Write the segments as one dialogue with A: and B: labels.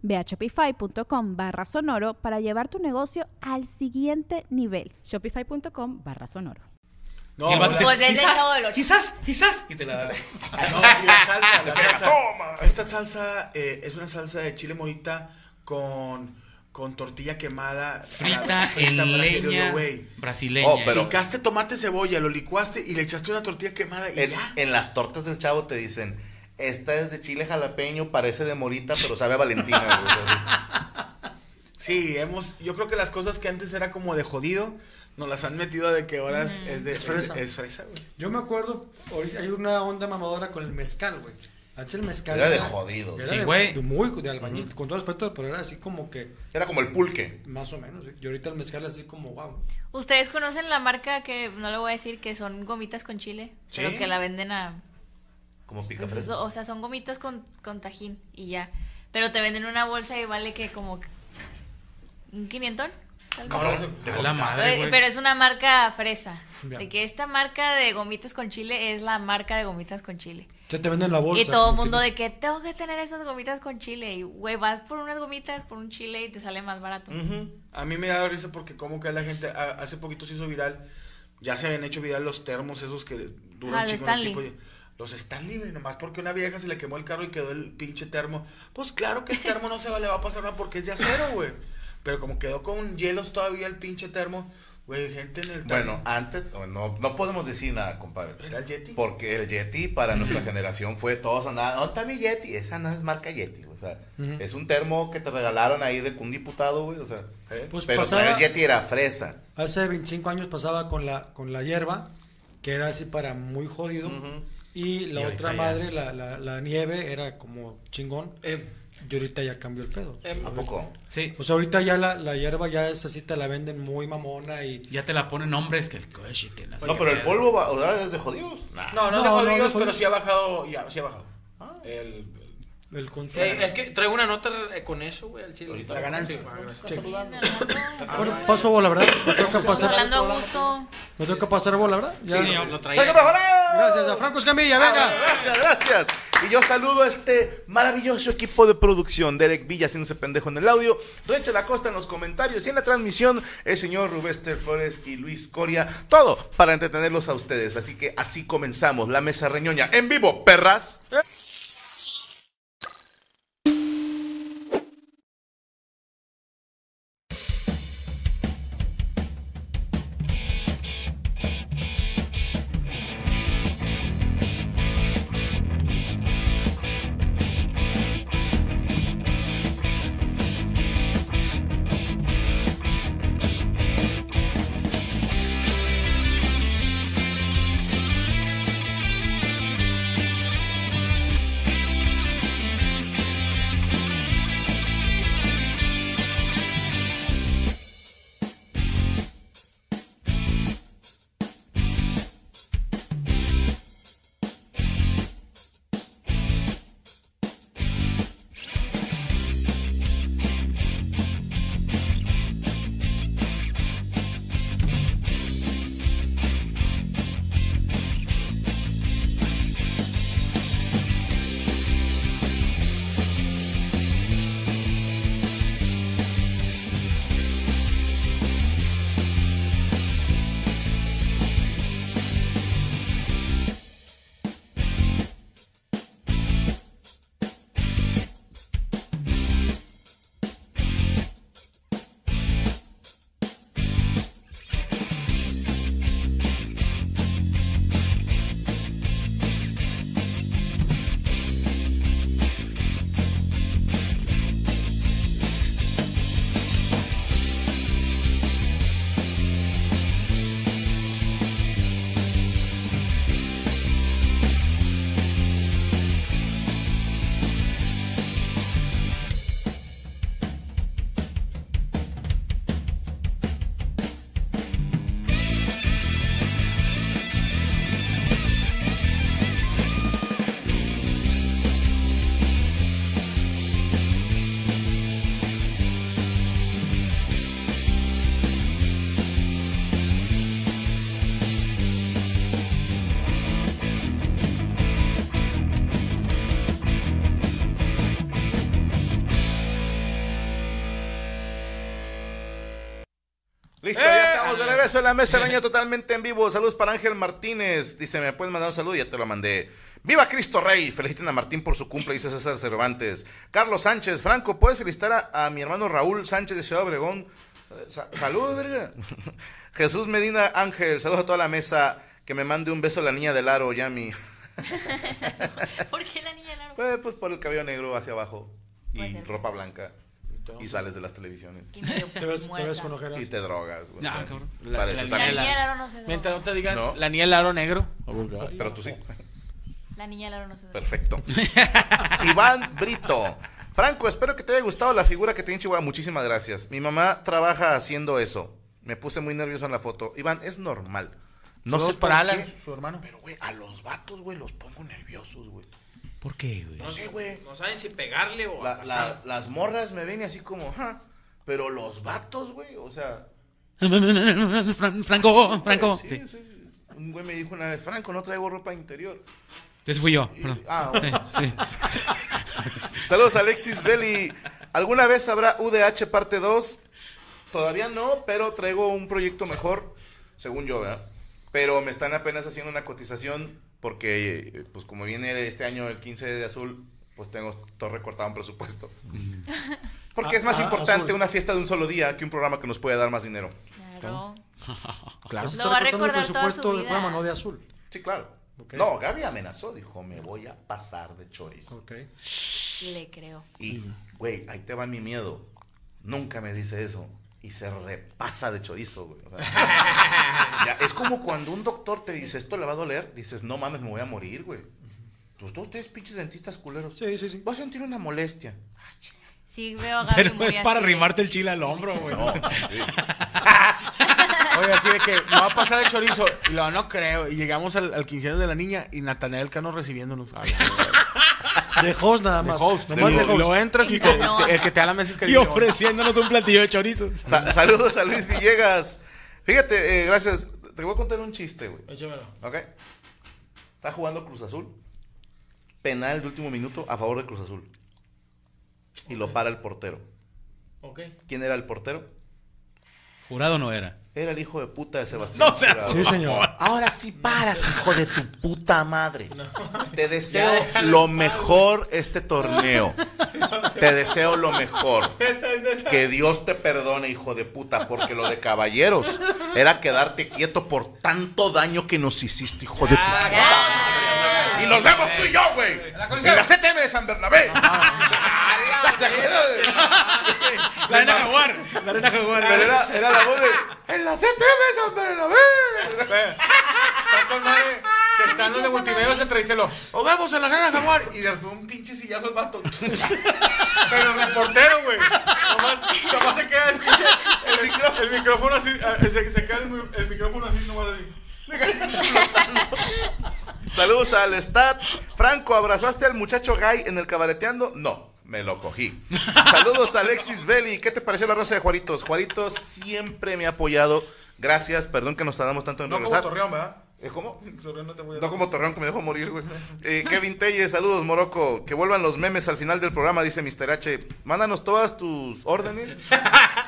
A: Ve a shopify.com barra sonoro para llevar tu negocio al siguiente nivel.
B: Shopify.com barra sonoro.
C: No,
D: Y el vato te-
E: Pues es de
D: quizás,
E: todos los-
D: quizás, quizás, y te la da.
C: no, y la salsa, la salsa. Esta salsa eh, es una salsa de chile morita con, con tortilla quemada.
D: Frita
C: frita
D: en
C: brasileño,
D: leña
C: güey.
D: brasileña.
F: Oh, pero-
C: Picaste tomate, cebolla, lo licuaste y le echaste una tortilla quemada y
F: En,
C: ya.
F: en las tortas del chavo te dicen, esta es de chile jalapeño, parece de morita, pero sabe a Valentina. güey". O sea,
C: Sí, hemos, yo creo que las cosas que antes era como de jodido, nos las han metido de que ahora es- es de
G: Es fresa.
C: Es, es fresa, güey.
G: Yo me acuerdo, ahorita hay una onda mamadora con el mezcal, güey. Antes el mezcal.
F: Era de jodido.
G: Era
D: Sí,
G: de,
D: güey.
G: de muy de albañil, con todo respeto, pero era así como que
F: Era como el pulque.
G: más o menos. ¿sí? Y ahorita el mezcal así como wow.
E: ¿Ustedes conocen la marca que no le voy a decir que son gomitas con chile?
C: Sí.
E: Pero que la venden a.
F: Como pica
E: pues,
F: fresa.
E: o sea, son gomitas con, con tajín y ya. Pero te venden una bolsa y vale que como. que- ¿Un quinientón? Tal vez.
F: Cabrón, de
D: A la
F: gomitas.
D: madre,
E: Eh,
D: güey.
E: Pero es una marca fresa.
G: Ya.
E: De que esta marca de gomitas con chile es la marca de gomitas con chile.
G: Se te venden la bolsa.
E: y todo el
G: güey,
E: mundo de
G: tienes-
E: que tengo que tener esas gomitas con chile. Y güey, vas por unas gomitas, por un chile y te sale más barato.
C: Ujú. A mí me da risa porque como que la gente a- hace poquito se hizo viral, ya se habían hecho viral los termos esos que duran
E: Ah, los
C: chico en el
E: Stanley.
C: tipo de- Los Stanley, güey, nomás porque una vieja se le quemó el carro y quedó el pinche termo. Pues claro que el termo no se va, le va a pasar nada porque es de acero, güey. Pero como quedó con hielos todavía el pinche termo, güey, gente en el
F: Bueno,
C: termo.
F: antes, no, no, no podemos decir nada, compadre.
C: Era el Yeti.
F: Porque el Yeti para nuestra generación fue todos andaban, ¿dónde está mi Yeti? Esa no es marca Yeti, o sea,
G: Ujú.
F: es un termo que te regalaron ahí de un diputado, güey, o sea.
C: ¿Eh?
G: Pues
F: pero
G: pasaba-
F: traer el Yeti era fresa.
G: Hace 25 años pasaba con la, con la hierba, que era así para muy jodido.
F: Ujú.
G: Y la
D: Y ahorita
G: otra
D: ya.
G: madre, la, la, la nieve, era como chingón.
D: Em.
H: Eh,
G: Y ahorita ya cambió el pedo.
H: em,
F: ¿A poco?
D: Sí, pues,
G: O sea, ahorita ya la, la hierba ya es así, te la venden muy mamona y
D: ya te la ponen nombres que el coche, que la-
F: No, pero
G: eh,
F: el polvo va, ahora es de jodidos. Nah.
C: No, no,
G: No,
C: de
G: no,
C: jodidos,
G: no,
C: pero
G: jodidos.
C: sí ha bajado, ya, sí ha bajado.
F: Ah.
C: El,
G: el consumo.
H: eh, es que traigo una nota eh, con eso, güey, al chile. ahorita.
C: la ganancia.
H: Sí.
E: Bien, Armando.
G: Bueno, paso bola, ¿verdad? No tengo que pasar,
E: Hablando a gusto.
G: no tengo que pasar bola, ¿verdad? Ya.
H: Sí, yo lo traía.
F: ¡Soy el mejorado!
G: Gracias a Franco Escamilla, venga.
F: Gracias, gracias. Y yo saludo a este maravilloso equipo de producción. Derek Villa haciéndose pendejo en el audio. Rachel Acosta en los comentarios. Y en la transmisión, el señor Rubester Flores y Luis Coria. Todo para entretenerlos a ustedes. Así que así comenzamos la mesa reñoña en vivo, perras. regreso a la mesa araña totalmente en vivo. Saludos para Ángel Martínez. Dice, me puedes mandar un saludo, ya te lo mandé. ¡Viva Cristo Rey! Feliciten a Martín por su cumple, dice César Cervantes. Carlos Sánchez, Franco, ¿puedes felicitar a, a mi hermano Raúl Sánchez de Ciudad Obregón? Eh, sa- saludos, verga. Jesús Medina Ángel, saludos a toda la mesa. Que me mande un beso a la niña del aro, Yami.
E: ¿Por qué la niña del árbol?
F: Pues, pues por el cabello negro hacia abajo
E: Puede
F: y
E: ser.
F: ropa blanca. Y sales de las televisiones.
E: Y medio
G: Te ves, te
E: muerta.
G: ves con ojeras.
F: Y te drogas, güey.
D: Ah, cabrón.
H: La-
F: Pareces
H: la-
E: La
F: también.
E: niña del árbol no se droga.
H: Mientras no te digan
F: No.
H: la niña del aro negro.
F: Pero tú sí.
E: La niña del árbol no se droga.
F: Perfecto. Iván Brito. Franco, espero que te haya gustado la figura que te en Chihuahua. Muchísimas gracias. Mi mamá trabaja haciendo eso. Me puse muy nervioso en la foto. Iván, es normal. No
H: Saludos
F: sé por
H: para Alan,
F: qué,
H: su hermano.
F: Pero, güey, a los vatos, güey, los pongo nerviosos, güey.
D: ¿Por qué, güey?
F: No sé, güey.
H: No saben si pegarle o
F: La- la-
H: abrazar.
F: las morras me ven y así como, ajá. Pero los vatos, güey, o sea.
D: Fran- Franco, Franco.
F: Sí,
D: Sí.
F: sí. Un güey me dijo una vez, Franco, no traigo ropa interior.
D: Ese fui yo.
F: Y-
D: perdón.
F: ah, bueno.
D: Sí, sí.
F: Saludos Alexis Belli. ¿Alguna vez habrá UDH parte 2? Todavía no, pero traigo un proyecto mejor, según yo, ¿verdad? Pero me están apenas haciendo una cotización porque, eh, pues como viene este año el 15 de azul, pues tengo todo recortado en presupuesto. Porque
G: Ah,
F: es más
G: ah,
F: importante
G: azul.
F: una fiesta de un solo día que un programa que nos puede dar más dinero.
E: Claro.
G: Claro.
E: Lo va a recordar toda su
G: presupuesto del
E: vida.
G: programa, no de azul.
F: Sí, claro.
G: Ok.
F: No, Gaby amenazó, dijo, me voy a pasar de chorizo.
G: Ok.
E: Le creo.
F: Y, güey, ahí te va mi miedo. Nunca me dice eso. Y se repasa de chorizo, güey. O sea, ya, es como cuando un doctor te dice, esto le va a doler. Dices, no mames, me voy a morir, güey. Pues todos ustedes pinches dentistas culeros.
G: Sí, sí, sí.
F: Vas a sentir una molestia.
E: Sí, veo a Gaby
D: Pero
E: muy
D: es para
E: así de-
D: arrimarte el chile al hombro, güey.
F: No, sí.
H: Oye, así de que me va a pasar el chorizo. Y lo no creo. Y llegamos al, al quinceañero de la niña y Natanael Cano recibiéndonos. Ay,
G: De host nada
H: de
G: más.
H: host.
G: Nomás
H: Y
G: de
H: lo,
G: host.
H: lo entras y te- te- el que te da la mesa es que
D: Y ofreciéndonos un platillo de chorizo.
F: Sa- saludos a Luis Villegas. Fíjate, eh, gracias. Te voy a contar un chiste, güey.
H: Échamelo.
F: ¿Ok? Está jugando Cruz Azul. Penal de último minuto a favor de Cruz Azul. Y lo para el portero.
H: Ok.
F: ¿Quién era el portero?
D: Jurado no era.
F: Era el hijo de puta de Sebastián.
D: No seas-
F: Jurado.
G: Sí, señor.
F: Ahora sí paras, hijo de tu puta madre. Te deseo lo mejor este torneo. Te deseo lo mejor. Que Dios te perdone, hijo de puta, porque lo de caballeros era quedarte quieto por tanto daño que nos hiciste, hijo de puta. Y nos vemos tú y yo, güey. En la CTM de San Bernabé. ¿Te acuerdas?
D: La arena jaguar. La arena jaguar.
F: Pero era, era la voz de. ¡En la CTM de San Bernabé!
H: Está con madre. Que están los de multimedios, entrevístelo. Nos vemos en la granja jaguar.
C: Y de repente un pinche sillazo al vato.
H: Pero el reportero, güey. Nomás, nomás se queda el, pinche- el, micro- el micrófono así. eh, Se, se queda el, mi- el micrófono así, nomás así.
F: Saludos al Stat. Franco, ¿abrazaste al muchacho gay en el cabareteando? No, me lo cogí. Saludos a Alexis Belli. ¿Qué te pareció la raza de Juaritos? Juaritos siempre me ha apoyado. Gracias, perdón que nos tardamos tanto en
C: No como
F: regresar.
C: Torreón, ¿verdad?
F: Eh, ¿Cómo?
C: Torreón no te voy a
F: No como Torreón que me dejó morir, güey. Eh, Kevin Telle, saludos, Morocco. Que vuelvan los memes al final del programa, dice Mr. H. Mándanos todas tus órdenes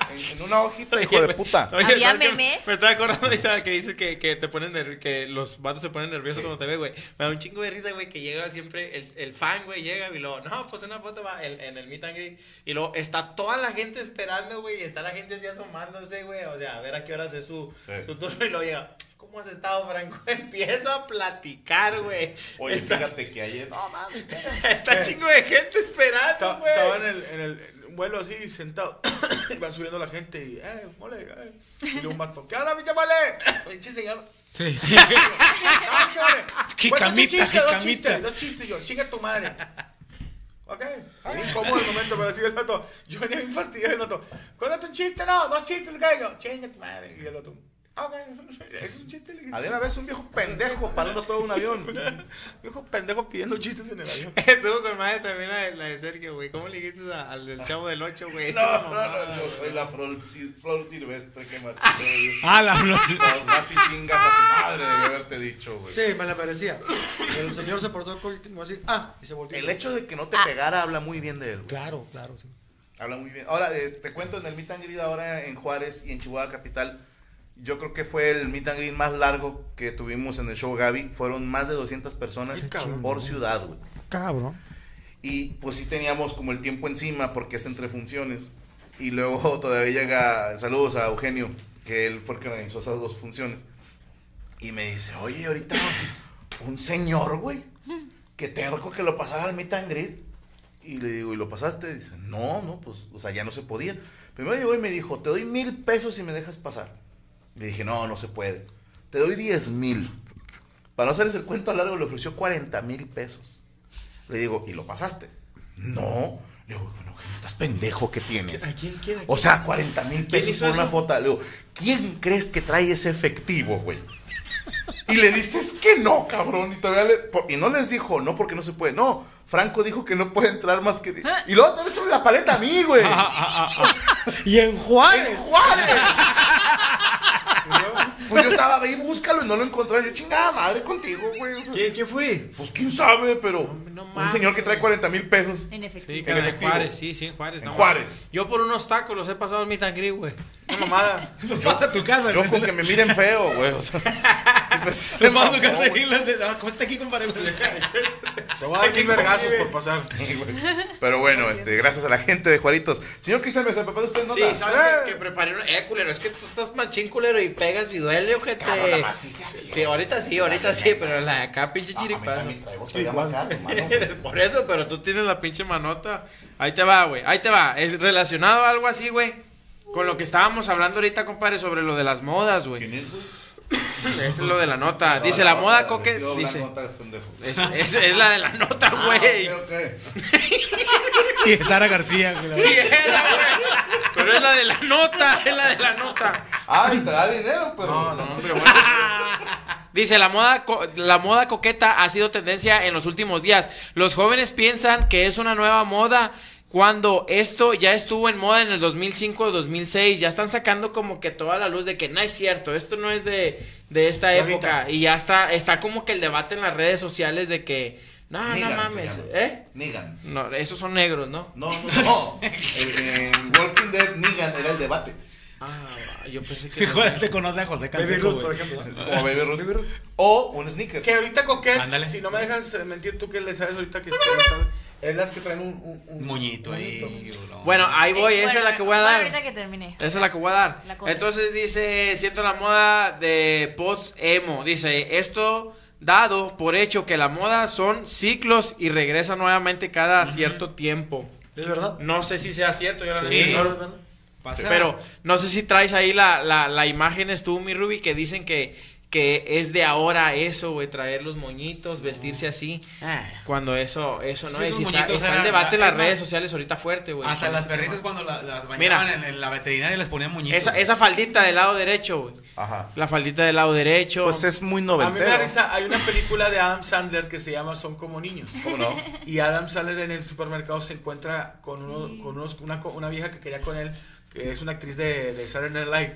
F: en, en una hojita, hijo de puta.
E: Había
H: ¿sabes qué?
E: memes.
H: Me estaba acordando ahorita que dices que, que te ponen nerv- que los vatos se ponen nerviosos cuando te ven, güey. Me da un chingo de risa, güey, que llega siempre el, el fan, güey, llega y luego, no, pues una foto va en, en el meet and greet. Y luego está toda la gente esperando, güey, y está la gente así asomándose, güey, o sea, a ver a qué horas es su,
F: Sí.
H: su turno y luego llega. ¿Cómo has estado, Franco? Empieza a platicar, güey.
F: Oye,
H: está,
F: fíjate que ayer. No mames,
H: está chingo de gente esperando, güey.
C: Estaba en el, en el vuelo así, sentado. y van subiendo la gente y, eh, mole, eh. Y luego un vato, ¿qué onda, pinche mole? Pinche señor.
D: Sí.
C: "Ah, pinche mole".
D: Jicamita,
C: Cuéntate un chiste, dos
D: jicamita.
C: chistes, Dos chistes, yo, chinga tu madre. Ok, sí, incómodo el momento, pero así el otro. Yo venía bien fastidiado el otro. Cuéntate un chiste, no, dos chistes, gallo. Chinga tu madre. Y el otro, "Ah, ok, es un chiste. le dije.
F: Había una vez un viejo pendejo parando todo un avión.
C: Viejo pendejo pidiendo chistes en el avión.
H: Estuvo con madre también la de, la de Sergio, güey. ¿Cómo le dijiste a- al del chavo del 8, güey? Esa
F: No, no,
H: mamada,
F: no, yo
H: güey.
F: soy la flor, sil- flor silvestre que marchó.
D: Ah, la flor.
F: Pues vas y chingas a tu madre de haberte dicho, güey.
G: Sí, me la merecía. El señor se portó con- como así. Ah, y se volteó.
F: El hecho de que no te pegara habla muy bien de él, güey.
G: Ah. Claro, claro. sí.
F: Habla muy bien. Ahora, eh, te cuento en el Meet and Greet ahora en Juárez y en Chihuahua Capital. Yo creo que fue el meet and greet más largo que tuvimos en el show Gaby. Fueron más de 200 personas
C: Qué cabrón.
F: por ciudad, güey.
G: Cabrón.
F: Y pues sí teníamos como el tiempo encima porque es entre funciones. Y luego todavía llega, saludos a Eugenio, que él fue el que organizó esas dos funciones. Y me dice, oye, ahorita un señor, güey, que terco que lo pasara al meet and greet". Y le digo, ¿y lo pasaste? Dice, no, no, pues, o sea, ya no se podía. Primero llegó y me dijo, te doy mil pesos si me dejas pasar. Le dije, no, no se puede. Te doy diez mil. Para no hacerles el cuento largo, le ofreció cuarenta mil pesos. Le digo, ¿y lo pasaste? No. Le digo, bueno, estás pendejo que tienes.
H: ¿A quién quiere?
F: O sea, 40 mil pesos
H: hizo
F: por una
H: eso?
F: foto. Le digo, ¿quién crees que trae ese efectivo, güey? Y le dices que no, cabrón. Y, todavía le- por- y no les dijo, no, porque no se puede. No, Franco dijo que no puede entrar más que.
H: Ah.
F: Y luego te sobre la paleta a mí, güey.
G: Y en
F: ¡En
G: Juárez.
F: Juárez! Pues yo estaba ahí, búscalo y no lo encontré. Yo, chingada madre contigo, güey. O sea,
G: ¿Quién, quién fue?
F: Pues quién sabe, pero.
H: No, no
F: un
H: mames,
F: señor que trae
H: güey.
F: 40 mil pesos.
E: En efecto.
H: Sí,
F: En
H: cara, en
F: efectivo.
H: Juárez, sí, sí, en Juárez.
F: En
H: no,
F: Juárez.
H: Yo por unos tacos los he pasado al meet and greet, güey. Una mamada.
D: Pasa a tu casa,
F: Yo con que me miren feo, güey. O sea, pues, se
D: Le mando
F: mamó,
D: que
F: güey.
D: seguirlas de. Ah, cuesta aquí, compadre.
C: Te voy a dar
F: Aquí
C: mis vergazos
F: convive.
C: por pasar.
F: Sí, güey. Pero bueno, este, gracias a la gente de Juaritos. Señor Cristian, ¿me preparó usted nota?
H: Sí, ¿sabes qué? que, preparé una... Eh, culero, es que tú estás machín culero y pegas y duele, ojete.
F: Cabrón, Ah, la masticia, sí,
H: Sí, ahorita sí, ahorita sí, pero la de acá,
F: Ah,
H: pinche chiripa.
F: traigo todavía marcado, mano, güey.
H: Por eso, pero tú tienes la pinche manota. Ahí te va, güey. Ahí te va. Es relacionado a algo así, güey. Con lo que estábamos hablando ahorita, compadre, sobre lo de las modas, güey. Es lo de la nota. Dice, la moda coque...
F: Yo, la
H: Dice,
F: nota es pendejo.
H: es, es- es la de la nota, güey.
F: Ah, Ok, ok.
D: Y de Sara García, güey.
H: Sí, era, güey. Pero es la de la nota, es la de la nota.
F: Ay, te da dinero, pero.
H: No, no, pero bueno. Dice, la moda, co- la moda coqueta ha sido tendencia en los últimos días. Los jóvenes piensan que es una nueva moda cuando esto ya estuvo en moda en el 2005 o 2006. Ya están sacando como que toda la luz de que no es cierto, esto no es de, de esta época. Y ya está, está como que el debate en las redes sociales de que, no, no
F: Nigan,
H: mames,
F: se llama.
H: ¿eh?
F: Negan.
H: No, esos son negros, ¿no?
F: No, no, no. El- En Walking Dead, Negan era el debate.
H: Ah, yo pensé que...
D: Que Juárez te conoce a José
G: Baby
D: Canseco,
G: Ruth,
D: güey.
G: por ejemplo.
F: Es
H: Ah.
F: como Baby Ruth. O un sneaker.
C: Que ahorita coquet,
D: Ándale.
C: si no me dejas eh, mentir tú que le sabes ahorita que están- es las que traen un, un, un-
D: Un moñito
C: un
D: ahí. o no.
H: Bueno, ah, ahí
E: Eh,
H: voy, esa
E: bueno,
H: es la que voy a
E: bueno,
H: dar.
E: Ahorita que terminé.
H: Esa es la que voy a dar.
E: La cosa.
H: Entonces dice, siento la moda de post emo. Dice, esto dado por hecho que la moda son ciclos y regresa nuevamente cada cierto tiempo.
G: ¿Es verdad?
H: No sé si sea cierto, yo la
D: Sí.
G: ¿Es
H: verdad no-
G: verdad?
D: Pasa.
H: pero no sé si traes ahí la, la, la imagen, estuvo mi Ruby, que dicen que, que es de ahora eso, güey, traer los moñitos, vestirse así. Cuando eso, eso no
D: Ah. Sí, los
H: es. Y está,
D: moñitos
H: está el
D: eran-
H: debate en las
D: es más,
H: redes sociales ahorita fuerte, güey.
D: Hasta
H: Con
D: las
H: ese tema.
D: perritas cuando la- las
H: Mira.
D: bañaban en, en la veterinaria les ponían muñitos.
H: Esa,
D: güey.
H: esa faldita del lado derecho, güey.
F: Ajá.
H: La faldita del lado derecho.
F: Pues es muy
C: A mí me da
F: noventero.
C: risa, hay una película de Adam Sandler que se llama Son como niños.
F: ¿Cómo no?
C: Y Adam Sandler en el supermercado se encuentra con, uno, con unos, una, co- una vieja que quería con él, que es una actriz de, de Saturday Night Live,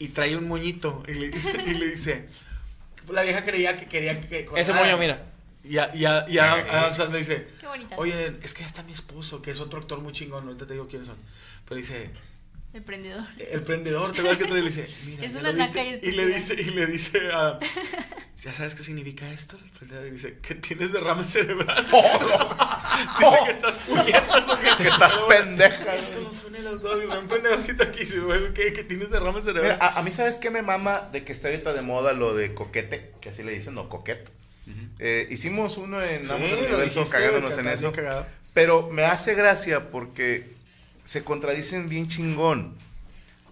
C: y trae un moñito y le, dice- y le dice, la vieja creía que quería que... con
H: Ese
C: Adam.
H: moño, mira.
C: Y, a- y a- y a- Adam Sandler dice,
E: Qué bonita.
C: oye, es que ya está mi esposo, que es otro actor muy chingón, ahorita te digo quiénes son. Pero dice,
E: El prendedor.
C: el prendedor, te acuerdas que te le dice, mira,
E: Es
C: ¿ya
E: una
C: lo viste?
E: naca y
C: y le
E: estúpida.
C: dice, y le dice a Adam, ¿ya sabes qué significa esto? El prendedor y dice, que tienes derrame cerebral. Dice que estás puñetas, ojete.
F: Oh, Que estás pendeja.
C: Esto nos une los dos, y un pendejocito aquí, se ve que, que tienes derrame
F: Mira,
C: cerebral.
F: a, a mí, ¿sabes qué me mama de que está ahorita de moda lo de coquete? Que así le dicen, no, coquete. Eh, hicimos uno en Amos del Universo cagándonos en eso. Pero me hace gracia porque se contradicen bien chingón.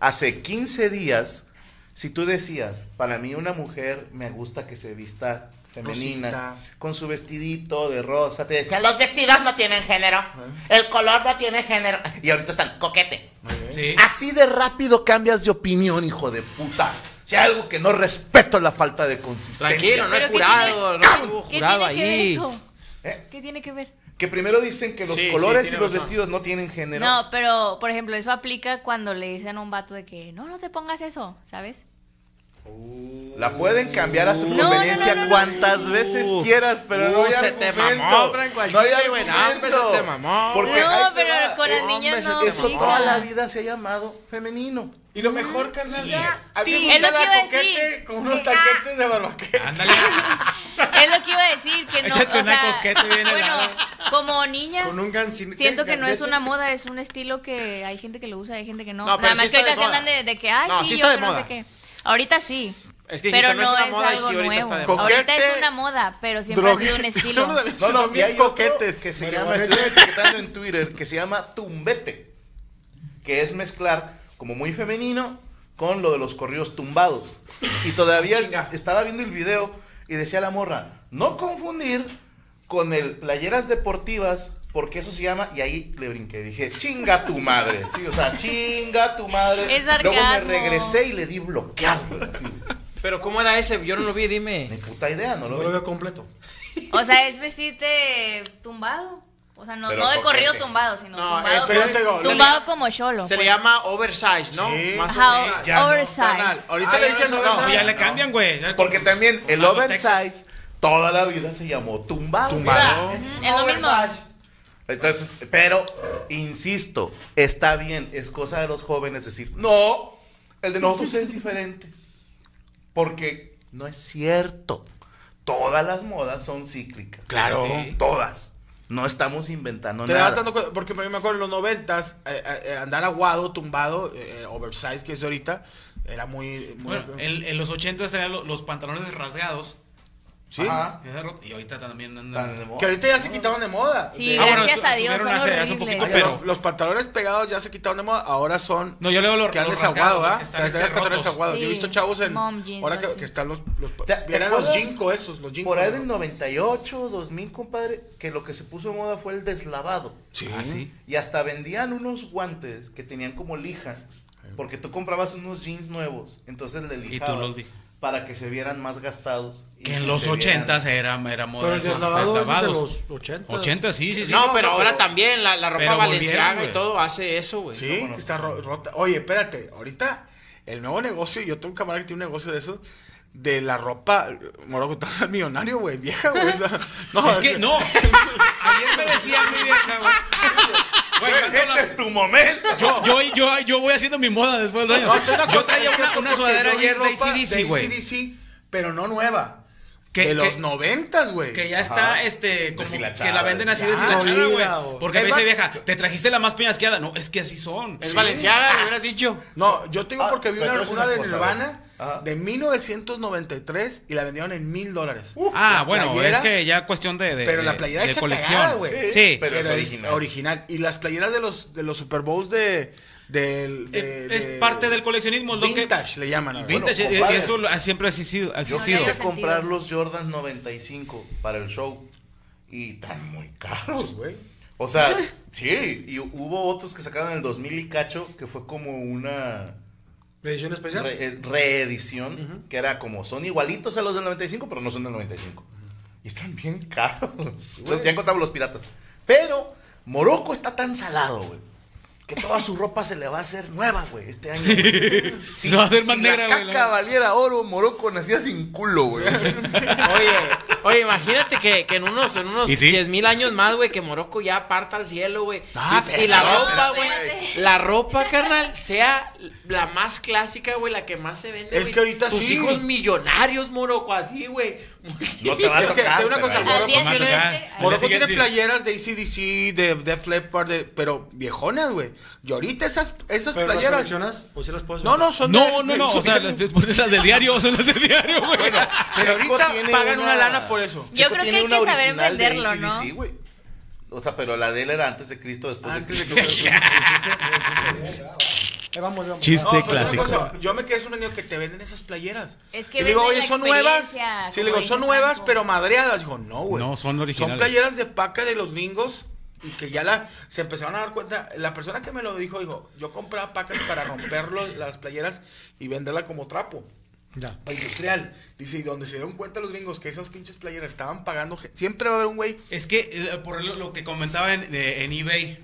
F: Hace 15 días, si tú decías, para mí una mujer me gusta que se vista femenina,
C: Rosita.
F: con su vestidito de rosa, te
I: O sea,
F: decían,
I: los vestidos no tienen género.
H: Ah.
I: El color no tiene género.
F: y ahorita están coquete.
D: Sí.
F: Así de rápido cambias de opinión, hijo de puta. Si hay algo que no respeto la falta de consistencia.
H: Tranquilo, no es
E: Pero ¿qué
H: jurado,
E: tiene-
H: no hubo
E: ¿Qué tiene
H: jurado ahí.
E: que ver eso?
F: ¿Eh?
E: ¿Qué tiene que ver?
F: Que primero dicen que los
H: Sí, sí,
F: colores y
H: tiene
F: los
H: razón.
F: vestidos no tienen género.
E: No, pero por ejemplo, eso aplica cuando le dicen a un vato de que no, no te pongas eso, ¿sabes?
F: La pueden cambiar a su
E: No,
F: conveniencia
E: no, no, no, no.
F: cuantas veces quieras, pero no
H: Uh,
F: hay
H: se te
F: argumento.
H: mamó, Franco, al
F: no hay
H: chile, güey, no,
F: argumento.
H: hombre, se te mamó.
F: Porque
E: no,
F: ahí te
E: pero
F: va.
E: con las
H: Eh,
E: niñas
H: hombre,
E: no.
H: se te
F: Eso
H: mamó.
F: toda
E: chica.
F: la vida se ha llamado femenino.
C: Y lo mejor, carnal,
E: Ya.
C: a ti
E: Sí.
C: gusta
E: Es lo que
C: la
E: iba a
C: coquete
E: decir. ah.
C: con unos taquetes de barbaquera.
D: Ándale.
E: Es lo que iba a decir, que no.
D: Échate
E: o
D: una
E: sea,
D: coqueta bien
E: bueno,
D: helada.
E: como niña,
G: Con un gancito.
E: siento que no es una moda, es un estilo que hay gente que lo usa, hay gente que no.
H: No,
E: Nada
H: pero sí
E: más que
H: está de
E: ahorita se
H: moda.
E: andan de, de que, ay,
H: No,
E: sí,
H: sí
E: yo
H: está de
E: que no sé
H: moda.
E: qué. Ahorita sí.
H: Es que
E: pero
H: dijiste,
E: no,
H: no es una
E: es
H: moda y
E: algo
H: sí, ahorita
E: nuevo.
H: está de
F: moda.
E: Ahorita es
F: Coquete,
E: una moda, pero siempre ha sido un estilo.
C: Uno de los
F: No,
C: son
F: no, y
C: bien
F: hay otro
C: coquetes.
F: que se
G: Bueno,
F: llama,
G: bueno.
F: estoy etiquetando en Twitter, que se llama tumbete, que es mezclar como muy femenino con lo de los corridos tumbados. Y todavía
C: Ah,
H: Chinga.
F: estaba viendo el video y decía la morra, no confundir con el playeras deportivas, porque eso se llama, y ahí le brinqué, dije, chinga tu madre, sí, o sea, chinga tu madre.
E: Es
F: Luego me
E: sarcasmo.
F: regresé y le di bloqueado, güey, así,
H: Pero ¿cómo era ese? Yo no lo vi, dime.
F: ni puta idea, no lo
G: No
F: veo.
G: lo veo completo.
E: O sea, es vestirte tumbado. O sea, no,
F: Pero
E: no de
F: coquete.
E: corrido tumbado, sino
H: No,
E: tumbado,
H: eso-
E: como-
C: Pero te-
E: tumbado como cholo.
H: Se le
E: pues.
H: llama oversize, ¿no?
F: Sí.
H: Más
E: Ajá,
H: o menos.
E: Ya no. oversize.
H: Carnal, Ahorita
C: Ah,
H: le
C: ya
H: dicen
C: no es
H: oversize.
C: oversize.
D: ya le cambian, güey. Ya-
F: Porque también el
D: Como los
F: oversize
D: Texas.
F: toda la vida se llamó tumbado.
H: Mira,
E: Es
H: es
E: lo mismo.
H: oversize.
F: Entonces, pero, insisto, está bien, es cosa de los jóvenes decir, no, el de nosotros es diferente. Porque no es cierto. Todas las modas son cíclicas.
D: Claro.
F: Sí. Todas. No estamos inventando
C: Te vas
F: nada.
C: dando cuenta, porque me me acuerdo en los noventas, eh, eh, andar aguado, tumbado, eh, oversized que es ahorita, era muy... muy-
D: Bueno, en, en los 80 tenían lo- los pantalones rasgados.
C: Sí.
F: Ajá. Ah.
D: esa rota, Y ahorita también
F: Tan
D: andan.
F: de moda.
C: Que ahorita ya se quitaron de moda.
E: Sí,
C: De-
D: Ah, bueno,
E: gracias a Dios son
D: subieron hace- hace un
E: horribles.
D: poquito,
C: Oye,
D: pero-
C: los, los pantalones pegados ya se quitaron de moda, ahora son...
D: No, yo leo los,
C: que han
D: los
C: desaguado,
D: rasgados,
C: ¿ah?
D: los que
C: Que
D: están
C: andan
D: este,
C: pantalones
D: rotos.
C: aguados. Yo he
E: Sí,
C: visto chavos en...
E: mom jeans,
C: ahora que,
E: así.
C: que están los... los
F: ¿Te- te
C: eran los
F: acuerdas?
C: jinko esos, los jinko.
F: Por ahí
C: ¿no?
F: del 98, 2000, compadre, que lo que se puso de moda fue el deslavado.
C: Sí.
D: Ah, sí.
F: Y hasta vendían unos guantes que tenían como lijas. Porque tú comprabas unos jeans nuevos. Entonces le lijabas.
D: los lij-
F: Para que se vieran más gastados. y
D: Que en los eh,
F: se vieran-
D: 80 era, era moda.
G: Pero el
D: esos
G: deslavado es de
D: lavados.
G: los 80.
D: 80, sí, sí, sí.
H: No,
F: no,
H: pero
F: no,
H: ahora
F: pero-
H: también la, la ropa
D: pero volvieron,
H: valenciana y
D: güey.
H: todo hace eso,
D: Pues
H: güey.
C: Sí, que está ro- rota. Oye, espérate, ahorita el nuevo negocio, yo tengo un camarada que tiene un negocio de eso, de la ropa, moro, tú eres millonario, güey, vieja, güey. o sea,
D: es que no. Ayer me decía mi vieja, güey. Güey, yo ando en
F: Este
D: la-
F: es tu momento.
D: yo, yo, yo, yo voy haciendo mi moda después de los
C: No,
D: años.
C: estoy de acuerdo,
D: yo traía
C: es
D: una,
C: cierto,
D: una
C: porque
D: sudadera
C: yo vi
D: ayer de
C: ropa
D: ACDC, güey.
C: AC/DC, pero no nueva.
D: Que-
C: de
D: que-
C: los noventas, güey.
D: Que ya está,
F: Ajá.
D: este, como
F: Deshilachada.
D: que la venden así
F: Ya,
D: deshilachada, güey.
G: oída, o-
D: Porque
C: Ah, El
D: me dice
C: va-
D: vieja, te trajiste la más peñasqueada. No, es que así son.
H: Es
D: Sí.
H: valenciana, me hubieras dicho.
C: No, yo te digo
F: Ah,
C: porque vi
F: pero
C: una,
F: te voy a decir
C: una
F: una
C: de
F: cosa,
C: Nirvana
F: güey. Ajá.
C: de 1993 y la vendieron en mil dólares.
D: Ah,
C: La
D: bueno,
C: playera,
D: es que ya cuestión de, de,
C: pero la
D: de-
C: playera
D: de
C: hecha
D: colección.
C: cagada, güey.
D: Sí,
F: Sí,
D: pero
F: pero es
C: Pero
F: original.
C: original. Y las playeras de los, de los Super Bowls de. del- de-
D: es
C: Eh, de-
D: parte del coleccionismo. Lo que,
C: Vintage le llaman. ahora.
F: Bueno,
D: vintage,
F: compadre.
D: y esto lo- ha- siempre ha existido. ha
F: Yo
D: existido.
E: tiene
F: quise
E: sentido.
F: comprar los Jordan 95 para el show. Y tan muy caros,
C: güey.
F: O sea, sí. Y hubo otros que sacaron en el 2000 y cacho, que fue como una.
G: Edición especial.
F: re- eh, reedición, que era como son igualitos a los del 95, pero no son del 95. Y están bien caros. Entonces, ya encontramos los piratas. Pero Morocco está tan salado, güey. Que toda su ropa se le va a hacer nueva, güey, este año. güey. Si,
D: Se va a hacer más
F: si
D: negra,
F: la
D: güey,
F: caca
D: la verdad.
F: valiera oro, Morocco nacía sin culo, güey.
H: Oye, oye, imagínate que, que en unos, en unos
D: ¿Y sí?
H: 10 mil años más, güey, que Morocco ya aparta al cielo, güey.
C: Ah,
H: Y- y,
C: pero-
H: la
F: no,
H: ropa,
F: espérate,
H: güey,
E: güey.
H: la ropa, carnal, sea la más clásica, güey, la que más se vende,
C: Es
H: güey.
C: que ahorita
H: Tus
C: sí.
H: hijos millonarios, Morocco, así, güey.
F: No te va a
C: Es que,
F: tocar.
C: una
F: pero
C: cosa,
F: ahí
E: Al
C: Morocco
E: día
D: Tomás,
E: siguiente,
D: acá.
E: al-
D: Mor-
C: Morocco tiene
D: siguiente.
C: playeras de ACDC, de Def Leppard, de- pero viejonas, güey. Y ahorita esas, esas
G: ¿Pero las
C: playeras.
G: coleccionas o si las puedes
C: No,
G: vender?
C: no, son
D: No,
C: de-
D: no,
C: de-
D: no. O sea,
C: de-
D: las, las de diario son las de diario, güey.
C: pero
F: Checo
C: ahorita
F: tiene
C: pagan una lana por eso.
E: Yo
F: Checo
E: creo que
F: tiene
E: hay
F: una
E: que saber
F: original de
E: venderlo, ¿no?
F: AC/DC, güey. O sea, pero la de él era antes de Cristo, después de
C: Antes de
F: Cristo.
C: que-
G: Ahí vamos, vamos.
D: Chiste.
C: No, pero una
D: clásico.
C: cosa, yo me quedé sorprendido que te venden esas playeras.
E: Es que
C: y le digo,
E: venden
C: oye,
E: la
C: son nuevas.
E: experiencia,
C: Sí, le
E: como
C: digo, son
E: dice
C: nuevas,
E: Franco.
C: pero madreadas. Digo, no, güey.
D: No, son originales.
C: Son playeras de paca de los gringos y que ya la, se empezaron a dar cuenta. La persona que me lo dijo, dijo, yo compraba pacas para romperlo las playeras y venderla como trapo.
G: Ya.
C: Industrial. Dice, y donde se dieron cuenta los gringos que esas pinches playeras estaban pagando. ge- Siempre va a haber un güey.
D: Es que eh, por lo, lo que comentaba en, eh, en eBay,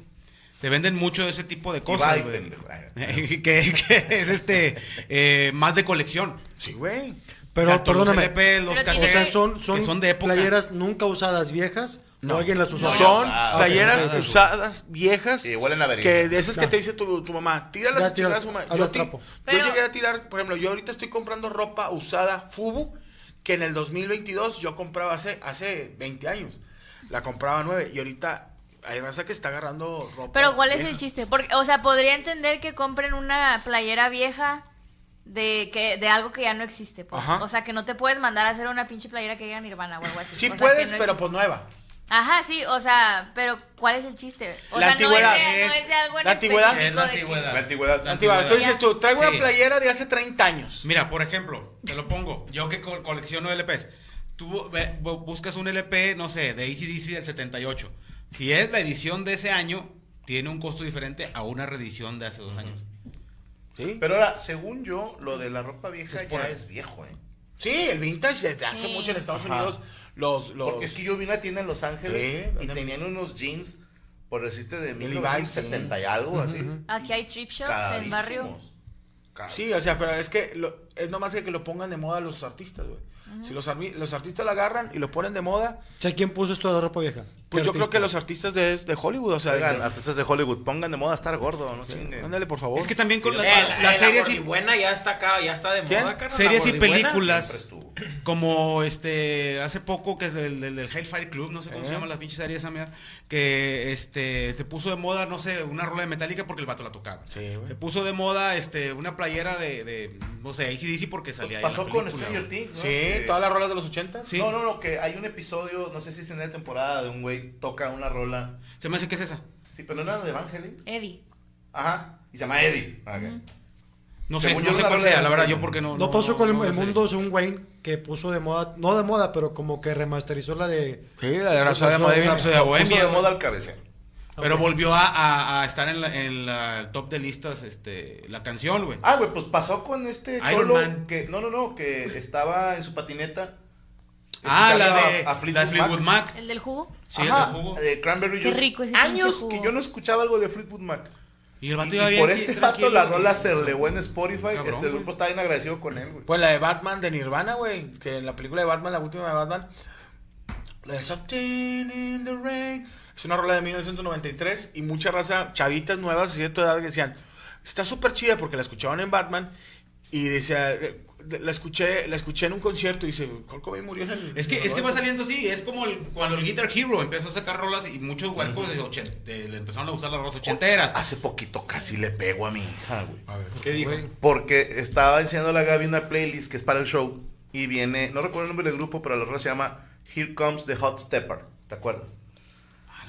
D: te venden mucho de ese tipo de cosas,
F: eBay,
D: güey.
F: pendejo.
D: que, que es este eh, más de colección.
C: Sí, güey.
G: Pero
D: Tanto
G: perdóname.
D: Los LP, los
E: Pero
G: O
E: tiene-
D: cassettes,
G: sea, son, son,
D: que son de época.
G: playeras nunca usadas viejas No. Alguien las usó.
C: Son
F: Ah, ok,
C: playeras
G: ok, ok.
C: usadas, viejas.
F: Sí, huelen a verga.
C: Que de esas que
G: Ya.
C: te dice tu, tu mamá, tíralas
G: Ya,
C: a chingar a
G: tíralas,
C: su madre.
G: hazlo
C: Yo, ti-
G: trapo.
C: yo
E: Pero-
C: llegué a tirar, por ejemplo, yo ahorita estoy comprando ropa usada Fubu, que en el 2022 yo compraba hace, hace 20 años. La compraba nueve y ahorita hay raza que está agarrando ropa.
E: Pero ¿cuál es
C: vieja.
E: el chiste? Porque, o sea, podría entender que compren una playera vieja de que de algo que ya no existe, pues.
C: Ajá.
E: O sea, que no te puedes mandar a hacer una pinche playera que diga Nirvana o algo así.
C: Sí
E: O sea, que
C: puedes,
E: no
C: pero
E: existe.
C: pues nueva.
E: Ajá, sí, o sea, pero ¿cuál es el chiste? O
C: La
E: sea, no es,
C: antigüedad.
E: de, no es de algo en
C: La antigüedad.
E: específico
D: Es la
E: de que-
D: antigüedad.
F: La antigüedad.
D: La
C: Antigua. Entonces dices tú, traigo
D: Sí.
C: una playera de hace 30 años.
D: Mira, por ejemplo, te lo pongo. Yo que co- colecciono LPs. Tú ve- bu- buscas un LP, no sé, de ACDC del 78. Si es la edición de ese año, tiene un costo diferente a una reedición de hace dos años.
C: Sí,
F: Pero ahora, según yo, lo de la ropa vieja
D: Se
F: ya
D: expone.
F: es viejo, ¿eh?
C: sí el vintage desde hace
E: Sí.
C: mucho en Estados
F: Ajá.
C: Unidos. Los, los...
F: Porque es que yo vi una tienda en Los Ángeles
C: Sí,
F: y
C: ándale.
F: tenían unos jeans, por decirte, de
C: Levi's,
F: 1970 y algo, así.
E: Aquí hay thrift shops en barrio.
F: Carísimos.
C: Sí, o sea, pero es que lo- es nomás que, que lo pongan de moda los artistas, güey. Si los, armi- los artistas lo agarran y lo ponen de moda,
G: O sea, ¿quién puso esto de la ropa vieja?
C: pues yo creo que los
G: artistas.
C: artistas de, de Hollywood, o sea, de-
F: Oigan, artistas de Hollywood, pongan de moda estar gordo, no
C: de-
F: chinguen.
C: ándale, por favor.
D: Es que también con la-
H: Eh, La,
D: las series y,
H: buena ya está acá, ya está de
C: ¿Quién?
H: moda, carnal, la
D: series y
H: gordibuena.
D: películas,
F: Siempre estuvo.
D: como este, hace poco, que es del, del, del Hellfire Club, no sé cómo
C: Eh.
D: se llaman las pinches series esa mierda, que este, se puso de moda, no sé, una rola de Metallica porque el vato la tocaba.
C: Sí, güey.
D: se puso de moda este, una playera de, de, no sé, ACDC porque salía ahí en la
F: Pasó con
D: película,
F: Stranger
D: güey.
F: Things, ¿no?
C: Sí,
F: Que-
C: todas las rolas de los 80.
D: Sí.
F: No, no, no, que hay un episodio, no sé si es final de temporada, de un güey toca una rola.
D: Se me hace que es esa.
F: Sí, pero no era de Evangeline.
E: Eddie.
F: Ajá. Y se llama Eddie. Ah, ok.
D: No sé,
F: Según
D: no
F: yo
D: sé
F: la
D: cuál
F: rola
D: sea,
F: de-
D: la verdad, yo porque no.
G: No, pasó con el-
D: no
G: el,
D: lo sé.
G: mundo según Wayne que puso de moda, no de moda, pero como que remasterizó la de
C: Sí, la de
G: Rhapsody of Bohemia.
D: Rhapsody of Bohemia,
F: Puso de
D: güey.
F: moda al cabecero.
D: Pero volvió a, a- a estar en la, en la top de listas este, la canción, güey.
F: Ah, güey, pues pasó con este
D: Iron
F: cholo
D: Man.
F: que no, no, no, que estaba en su patineta.
D: Ah, la
F: escuchando
D: de,
F: a- a
D: la de Fleetwood Mac.
E: ¿El del jugo?
D: Sí,
F: Ajá,
D: el del jugo.
F: de Cranberry
E: Qué
F: Juice.
E: rico ese
F: Años
E: pinche jugo.
F: que yo no escuchaba algo de Fleetwood Mac.
D: Y el
F: Y,
D: vato
F: y
D: ya había
F: por
D: aquí,
F: ese rato la
D: tranquilo,
F: rola
D: y-
F: se elevó en Spotify.
D: Cabrón,
F: este
D: güey.
F: grupo está bien agradecido con él, güey.
C: Pues la de Batman de Nirvana, güey, que en la película de Batman, la última de Batman, There's something in the rain. Es una rola de 1993 y mucha raza, chavitas nuevas de cierta edad, que decían, está súper chida porque la escuchaban en Batman y decía, eh, de- la escuché, la escuché en un concierto y dice, Kurt Cobain murió en el...
D: Es que,
C: en el
D: es que va
C: Batman".
D: saliendo así, es como el- cuando el Guitar Hero empezó a sacar rolas y muchos huecos de ochen- de- le empezaron a gustar las rolas ochenteras.
F: Hace poquito casi le pego a mi hija, güey.
H: ¿Qué dijo?
F: Porque estaba enseñándole a Gaby una playlist que es para el show. Y viene, no recuerdo el nombre del grupo, pero la rola se llama Here Comes the Hot Stepper. ¿Te acuerdas?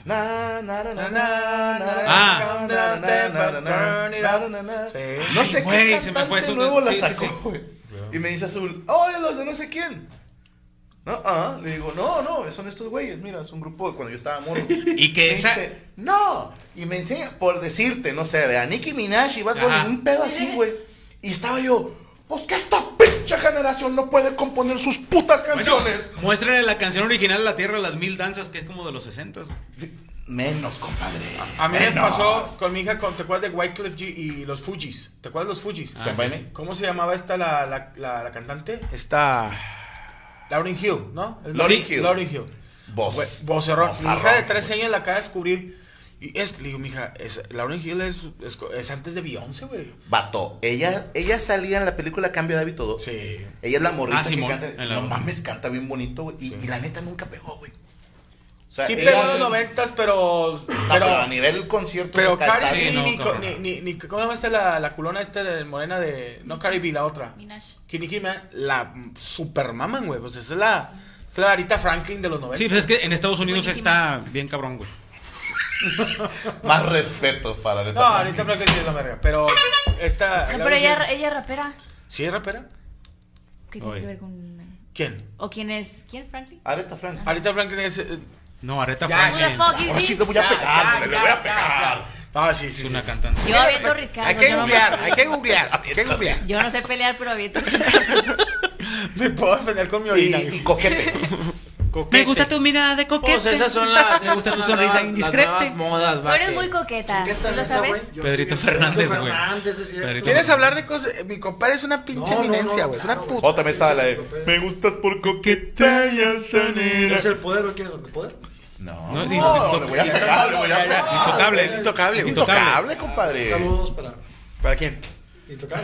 F: Na, na, na, na, na, na, na,
D: Ah.
F: na, na, na, na, na, na, na, na.
C: Sí.
F: No sé
D: Ay, güey,
F: qué
D: se me fue
F: cantante
D: eso,
F: nuevo
D: sí,
F: la
D: sí,
F: sacó,
D: sí.
F: güey. Y me dice Azul, oye, los de no sé quién. No, ah, le digo, no, no, son estos güeyes, mira, es un grupo de cuando yo estaba morro.
D: Y que
F: Me
D: esa-
F: dice, no, y me enseña, por decirte, no sé, a Nicki Minaj y Bad Bunny,
D: Ajá.
F: un pedo así, güey. Y estaba yo, pues que esta pinche generación no puede componer sus putas
D: Bueno,
F: canciones.
D: muéstrenle la canción original La Tierra de las Mil Danzas, que es como de los 60
F: Sí, Menos, compadre.
C: A mí me
F: menos.
C: pasó con mi hija, con, ¿te acuerdas de Wyclef G y los Fujis? ¿Te acuerdas de los Fujis?
F: ¿Está bien?
C: ¿Cómo se llamaba esta la, la, la, la cantante? Esta. Lauren Hill, ¿no? Es-
F: Lauryn
C: Sí,
F: Hill.
C: Lauryn Hill.
F: Vos.
C: Vos error. Mi hija de
F: Vozarrón,
C: 13
F: güey.
C: años la acaba de descubrir. Y es, le digo, mija, es, Lauren Hill es, es, es antes de Beyoncé, güey.
F: Vato, ella, ella salía en la película Cambio de Hábito 2.
C: Sí.
F: Ella es la morrita
D: Ah,
F: que
D: Simón,
F: canta.
D: en la
F: No
D: voz.
F: mames, canta bien bonito, güey. Y, y la neta nunca pegó, güey. O sea,
C: sí,
F: ella
C: pegó en
F: hace
C: los
F: su-
C: 90, pero.
F: No, pero,
C: Pero,
F: a nivel concierto
C: pero
F: acá está
C: Cardi B,
D: Sí, no,
C: ni,
D: cabrón.
C: ni, ni, ni- ¿Cómo se llama esta la, la culona esta de morena de. No, Cardi B, la otra.
E: Minash.
C: Que Nicki Minaj, la super maman, güey. Pues esa es la. Es la varita Franklin de los 90.
D: Sí, pues es que en Estados Unidos
E: Buenísima.
D: está bien cabrón, güey.
F: Más respeto para la
C: No, ahorita Franklin sí es la verga. Pero esta.
E: No,
C: Lauryn
E: pero ella,
C: Hill-
E: ella es rapera.
C: ¿Sí es rapera?
E: ¿Qué tiene
D: Oye.
E: que ver con...?
C: ¿Quién?
E: ¿O quién es? ¿Quién, Franklin?
F: Aretha Frank.
C: Ahorita Franklin es. eh,
D: No, Aretha
C: Ah, Ya,
E: Who
D: Franklin
E: the fuck
F: Ahora
E: is
F: sí
E: this?
F: le voy a
C: Ya,
F: pegar,
C: ya,
F: güey, le
C: ya,
F: voy a
C: ya,
F: pegar.
C: No, sí, sí.
D: es
C: sí.
D: una cantante.
E: Yo aviento riscas.
C: Hay que googlear, hay que googlear, hay que googlear.
E: Yo no sé pelear, pero aviento riscas.
C: Me puedo defender con mi orina.
F: Y, y coquete.
C: Coquete.
D: mirada de
H: Pues esas son las.
D: Me gusta
H: esas
D: tu
H: son las
D: sonrisa
H: nuevas-
D: indiscreta.
H: las nuevas modas,
E: Tú
H: va,
E: eres
H: que-
E: muy coqueta.
G: ¿Qué
E: ¿Tú
G: tal
E: lo
G: esa, güey?
E: sabes?
G: Yo
D: Pedrito
G: soy bien-
D: Fernández, güey.
G: Fernández, es cierto.
D: Pedrito
C: ¿Quieres hablar de cosas? Mi compadre es una pinche
G: No, no, no,
C: eminencia, güey.
G: claro,
C: es
G: güey.
C: una
F: O
C: puta.
F: también estaba la de Me gustas por coquetear,
G: ¿Es el poder o quién es el poder?
F: No,
D: No,
F: no,
D: es intocable.
F: le voy a pegar, le voy a pegar.
D: Intocable.
F: Es
H: Intocable, güey.
F: Intocable, compadre.
G: Saludos para
H: ¿Para quién?
G: Intocable.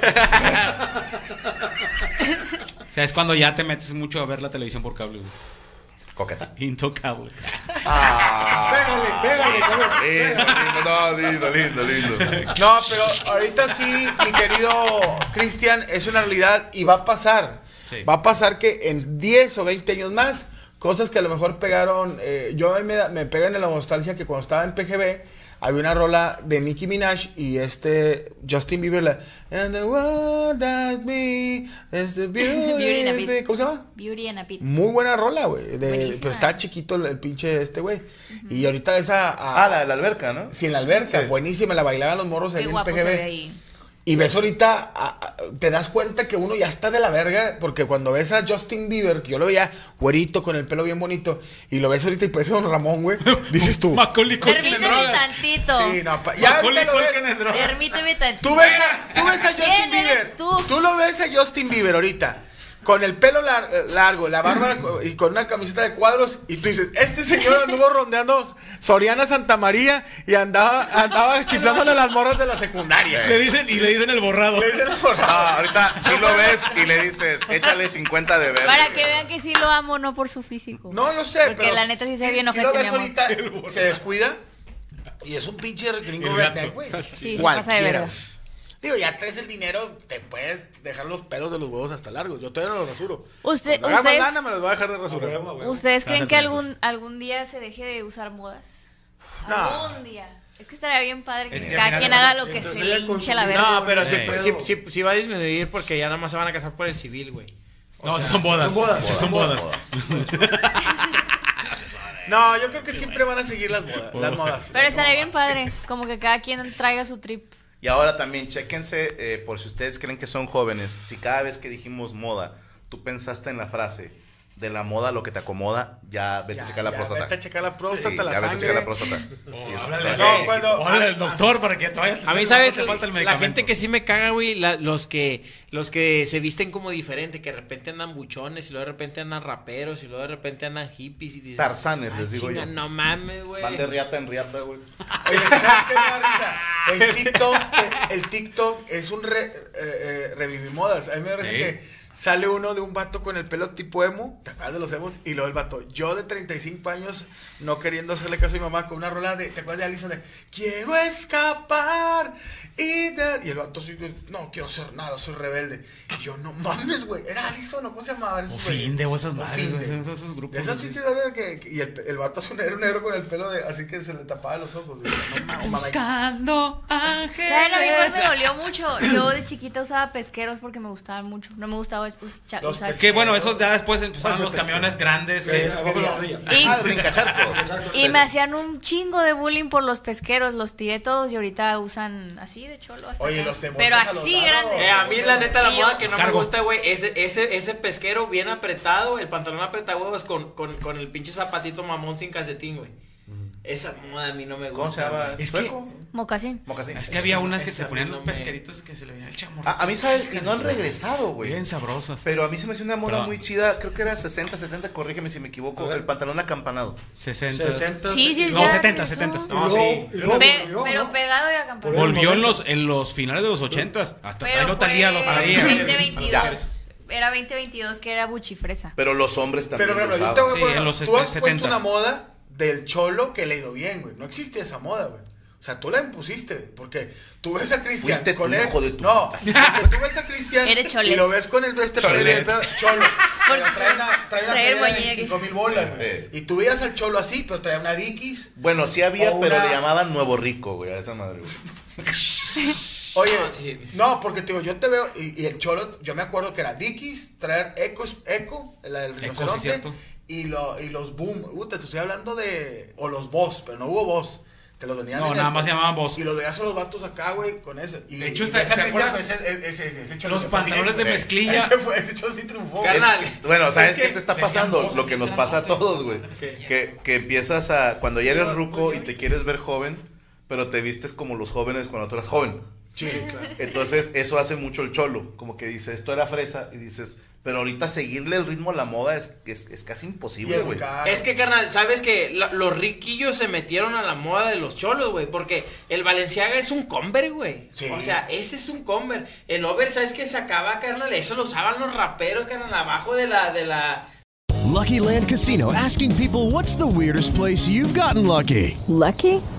D: O sea, es cuando ya te metes mucho a ver la televisión por cable. güey.
F: Coqueta.
D: Intocable.
F: Ah.
G: Pégale, pégale.
F: Lindo, lindo, no, lindo, lindo, lindo.
C: No, pero ahorita sí, mi querido Cristian, es una realidad y va a pasar.
D: Sí.
C: Va a pasar que en 10 o 20 años más, cosas que a lo mejor pegaron. eh, yo a mí me, da- me pegan en la nostalgia que cuando estaba en PGB. Había una rola de Nicki Minaj y este Justin Bieber la And the world that me is the
E: Beauty and the
C: beauty.
E: Beast.
C: ¿Cómo se llama?
E: Beauty and a Pit.
C: Muy buena rola, güey. de-
E: Buenísima.
C: Pero está chiquito el, el pinche este güey. Y ahorita esa a-
F: Ah, la de la alberca, ¿no?
C: sin la alberca,
F: Sí.
C: buenísima, la bailaban los morros ahí
E: Qué
C: en
E: guapo se
C: PGB.
E: ve ahí.
C: Y ves ahorita, a- a- te das cuenta que uno ya está de la verga, porque cuando ves a Justin Bieber, que yo lo veía güerito, con el pelo bien bonito, y lo ves ahorita y parece Don Ramón, güey, dices tú.
D: Macaulay Culkin en
E: Permíteme
D: drogas.
E: tantito.
C: Sí, no, pa- ya ahorita
D: Macaulay
C: lo ves.
D: Culkin en drogas.
E: Permíteme tantito.
C: Tú ves a, tú ves a
E: ¿Quién
C: Justin
E: eres
C: Bieber.
E: tú?
C: lo ves a Justin Bieber ahorita. Con el pelo lar- eh, largo, la barba co- y con una camiseta de cuadros, y tú dices, este señor anduvo rondeando Soriana Santa María y andaba, andaba chiflándole a las morras de la secundaria.
D: Le dicen, y le dicen el borrado.
F: Ah, ahorita sí lo ves y le dices, échale 50 de verde.
E: Para que vean que sí lo amo, no por su físico.
C: No, yo sé,
E: Porque
C: pero
E: la neta sí se ve bien
C: Si
E: ojete,
C: lo
E: mi
C: ves
E: amor.
C: ahorita, se descuida y es un pinche gringo
D: El gato.
C: redneck, güey.
E: Sí, se pasa de
C: Cualquiera.
E: verga.
C: Digo, ya traes el dinero, te puedes dejar los pelos de los huevos hasta largos. Yo todavía no los rasuro.
E: Usted-
C: Cuando haga más
E: ustedes-
C: lana, me los voy a dejar de rasurar.
E: ¿Ustedes creen
D: Gracias,
E: que
D: gracias.
E: algún, algún día se deje de usar modas?
C: No.
E: Algún día. Es que estaría bien padre que,
D: Es que
E: cada
D: al
E: quien
D: final-
E: haga lo que
G: Entonces
E: se
G: ella
E: le hinche
G: consumía-
E: la verga.
H: No, pero
D: Sí.
H: sí, sí, sí, sí va a disminuir porque ya nada más se van a casar por el civil, güey.
D: No, esas son bodas.
G: son bodas.
D: Esas son bodas.
C: No, yo creo que siempre van a seguir las modas. Las modas.
E: Pero estaría bien padre, como que cada quien traiga su trip.
F: Y ahora también, chéquense, eh, por si ustedes creen que son jóvenes, si cada vez que dijimos moda, tú pensaste en la frase, de la moda lo que te acomoda, ya vete a
C: Ya,
F: checar la
C: ya,
F: próstata.
C: Vete a checar la próstata,
F: Sí,
C: la
F: ya vete a
C: sangre.
F: checar la próstata.
D: Oh,
F: Sí,
D: ah,
F: es- sí.
C: No, bueno,
D: Hola, el doctor, para que te vayas.
H: A mí, ¿sabes?
D: Te falta el
H: la gente
D: medicamento.
H: que sí me caga, güey, la- los, que, los que se visten como diferente, que de repente andan buchones y luego de repente andan raperos y luego de repente andan hippies y dices,
F: Tarzanes,
H: "Ah,
F: les digo
H: chinga,
F: yo.
H: No mames, güey.
F: Van de riata en riata, güey.
C: Oye, ¿sabes qué me da risa? El TikTok, el- el TikTok es un re, eh, eh, revivimodas. A mí me parece
D: Sí.
C: que sale uno de un vato con el pelo tipo emo, te acuerdas de los emos, y luego el vato, yo de 35 años, no queriendo hacerle caso a mi mamá, con una rola de, ¿te acuerdas de Alison? De, quiero escapar, y, dar-". y el vato, sí, no quiero ser nada, soy rebelde. Y yo, no mames, güey, era Alison, ¿o ¿cómo se llamaba? Era su-
D: Ofinde, o esas madres,
C: Ofinde.
D: güey, esos- esos grupos,
C: Esas
D: güey.
C: pinches madres que, que- y el, el vato es un negro, negro con el pelo de, así que se le tapaba los ojos. güey. No mames, mamá,
D: Buscando
E: ¿Saben? A mí cuál
D: ángeles.
E: me dolió mucho. Yo de chiquita usaba pesqueros porque me gustaban mucho. No me gustaba uscha-
C: Los
E: usar.
D: Que bueno, esos ya después empezaron
C: Falso
D: los
C: pesquero.
D: camiones grandes.
G: Sí,
D: que-
G: abajo de la orilla.
E: Y-
F: Ah, brincacharco.
E: Y me hacían un chingo de bullying por los pesqueros, los tiré todos y ahorita usan así de cholo. Hasta
C: Oye,
E: acá.
C: los de bolsas
E: Pero
C: a los
E: así
C: lados.
E: grande.
H: Eh, a mí la neta la
E: Y
H: moda
E: yo-
H: que no
D: Cargo.
H: me gusta, güey, ese, ese, ese pesquero bien apretado, el pantalón apretado, güey, con, con, con el pinche zapatito mamón sin calcetín, güey. Esa moda a mí no me gusta.
F: ¿Cómo se llama?
H: güey.
D: Es
F: ¿Sueco?
E: Mocasín.
F: Mocasín.
D: Es que había unas que
H: esa
D: se ponían
H: no
D: los
H: me-
D: pesqueritos que se le veía el chamorro.
F: A, a mí, ¿sabes? Y no han regresado, Ah, güey.
D: Bien sabrosas.
F: Pero a mí se me hacía una moda
D: Perdón.
F: muy chida, creo que era 60, 70, corrígeme si me equivoco,
G: A ver.
F: el pantalón acampanado.
D: 60.
G: 60.
E: Sí, sí,
D: No,
E: ya
D: 70,
E: regresó.
D: 70.
G: Y
D: No,
G: luego-
D: sí.
G: y luego
E: Pe-
G: volvió,
E: pero
G: ¿no?
E: pegado y
G: Por
E: acampado.
G: el-
D: Volvió en los, en los finales de los 80s. Hasta
E: Pero
D: ahí no talía los
E: fue
D: traía.
E: 2022.
F: Ya.
E: Era 2022 que era buchifresa.
F: Pero los hombres también
C: Pero, pero,
F: lo
C: yo
F: usaban.
C: te voy a
D: Sí,
C: poner-
D: en los
C: tú has
D: 70s.
C: puesto una moda del cholo que le ha ido bien, güey. No existe esa moda, güey. O sea, tú la impusiste, porque tú ves a Cristian
F: Fuiste
C: con
F: tú,
C: el-
F: hijo de tu
C: No,
F: puta.
C: porque tú ves a Cristian
E: Eres cholet.
C: y lo ves con el este
D: Cholet.
C: el pedo- cholo. Pero trae una, trae una
E: Trae el
C: playera de
E: muñeque.
C: 5 mil bolas, güey.
F: Eh.
C: Y tú veías al cholo así, pero traía una Dickies.
F: Bueno, sí había,
C: O
F: pero
C: una-
F: le llamaban Nuevo Rico, güey, a esa madre, güey.
C: Oye,
H: No, sí.
C: no, porque te digo, yo te veo, y, y el cholo, yo me acuerdo que era Dickies, traer Eco, Eco, la del
D: sí,
C: rinoceronte,
D: cierto.
C: y, lo, y los Boom, Uy, te estoy hablando de, o los Boss, pero no hubo Boss, te los vendían
D: No,
C: en
D: nada
C: el-
D: más se llamaban Boss.
C: Y los veías a los vatos acá, güey, con eso. Y,
D: De hecho,
C: y
D: ¿te-
C: ves a
D: te
C: Cristian
D: acuerdas?
C: con ese- ese- ese- ese cholo
D: Los
C: que fue
D: pantalones de
C: bien, güey.
D: mezclilla.
C: Ese, fue, ese cholo sí triunfó.
H: Carnal,
F: Es que- bueno, ¿sabes
D: Es
F: qué
D: que
F: te está
D: decían
F: pasando?
D: cosas
F: Lo que
D: que
F: nos
D: eran
F: pasa a
D: grandotes.
F: todos, güey.
H: Sí.
F: Que, que empiezas a. Cuando ya eres ruco y te quieres ver joven, pero te vistes como los jóvenes cuando tú eras joven.
J: Sí, claro.
F: Entonces, eso hace mucho el cholo. Como que dice, esto era fresa. Y dices, pero ahorita seguirle el ritmo a la moda es, es, es casi imposible, güey.
H: Es que, carnal, ¿sabes que la- los riquillos se metieron a la moda de los cholos, güey? Porque el Valenciaga es un conver, güey.
J: Sí.
H: O sea, ese es un conver. El over, ¿sabes qué? Se acaba, carnal. Eso lo usaban los raperos, carnal, abajo de la, de la,
C: Lucky Land Casino asking people what's the weirdest place you've gotten lucky?
K: Lucky?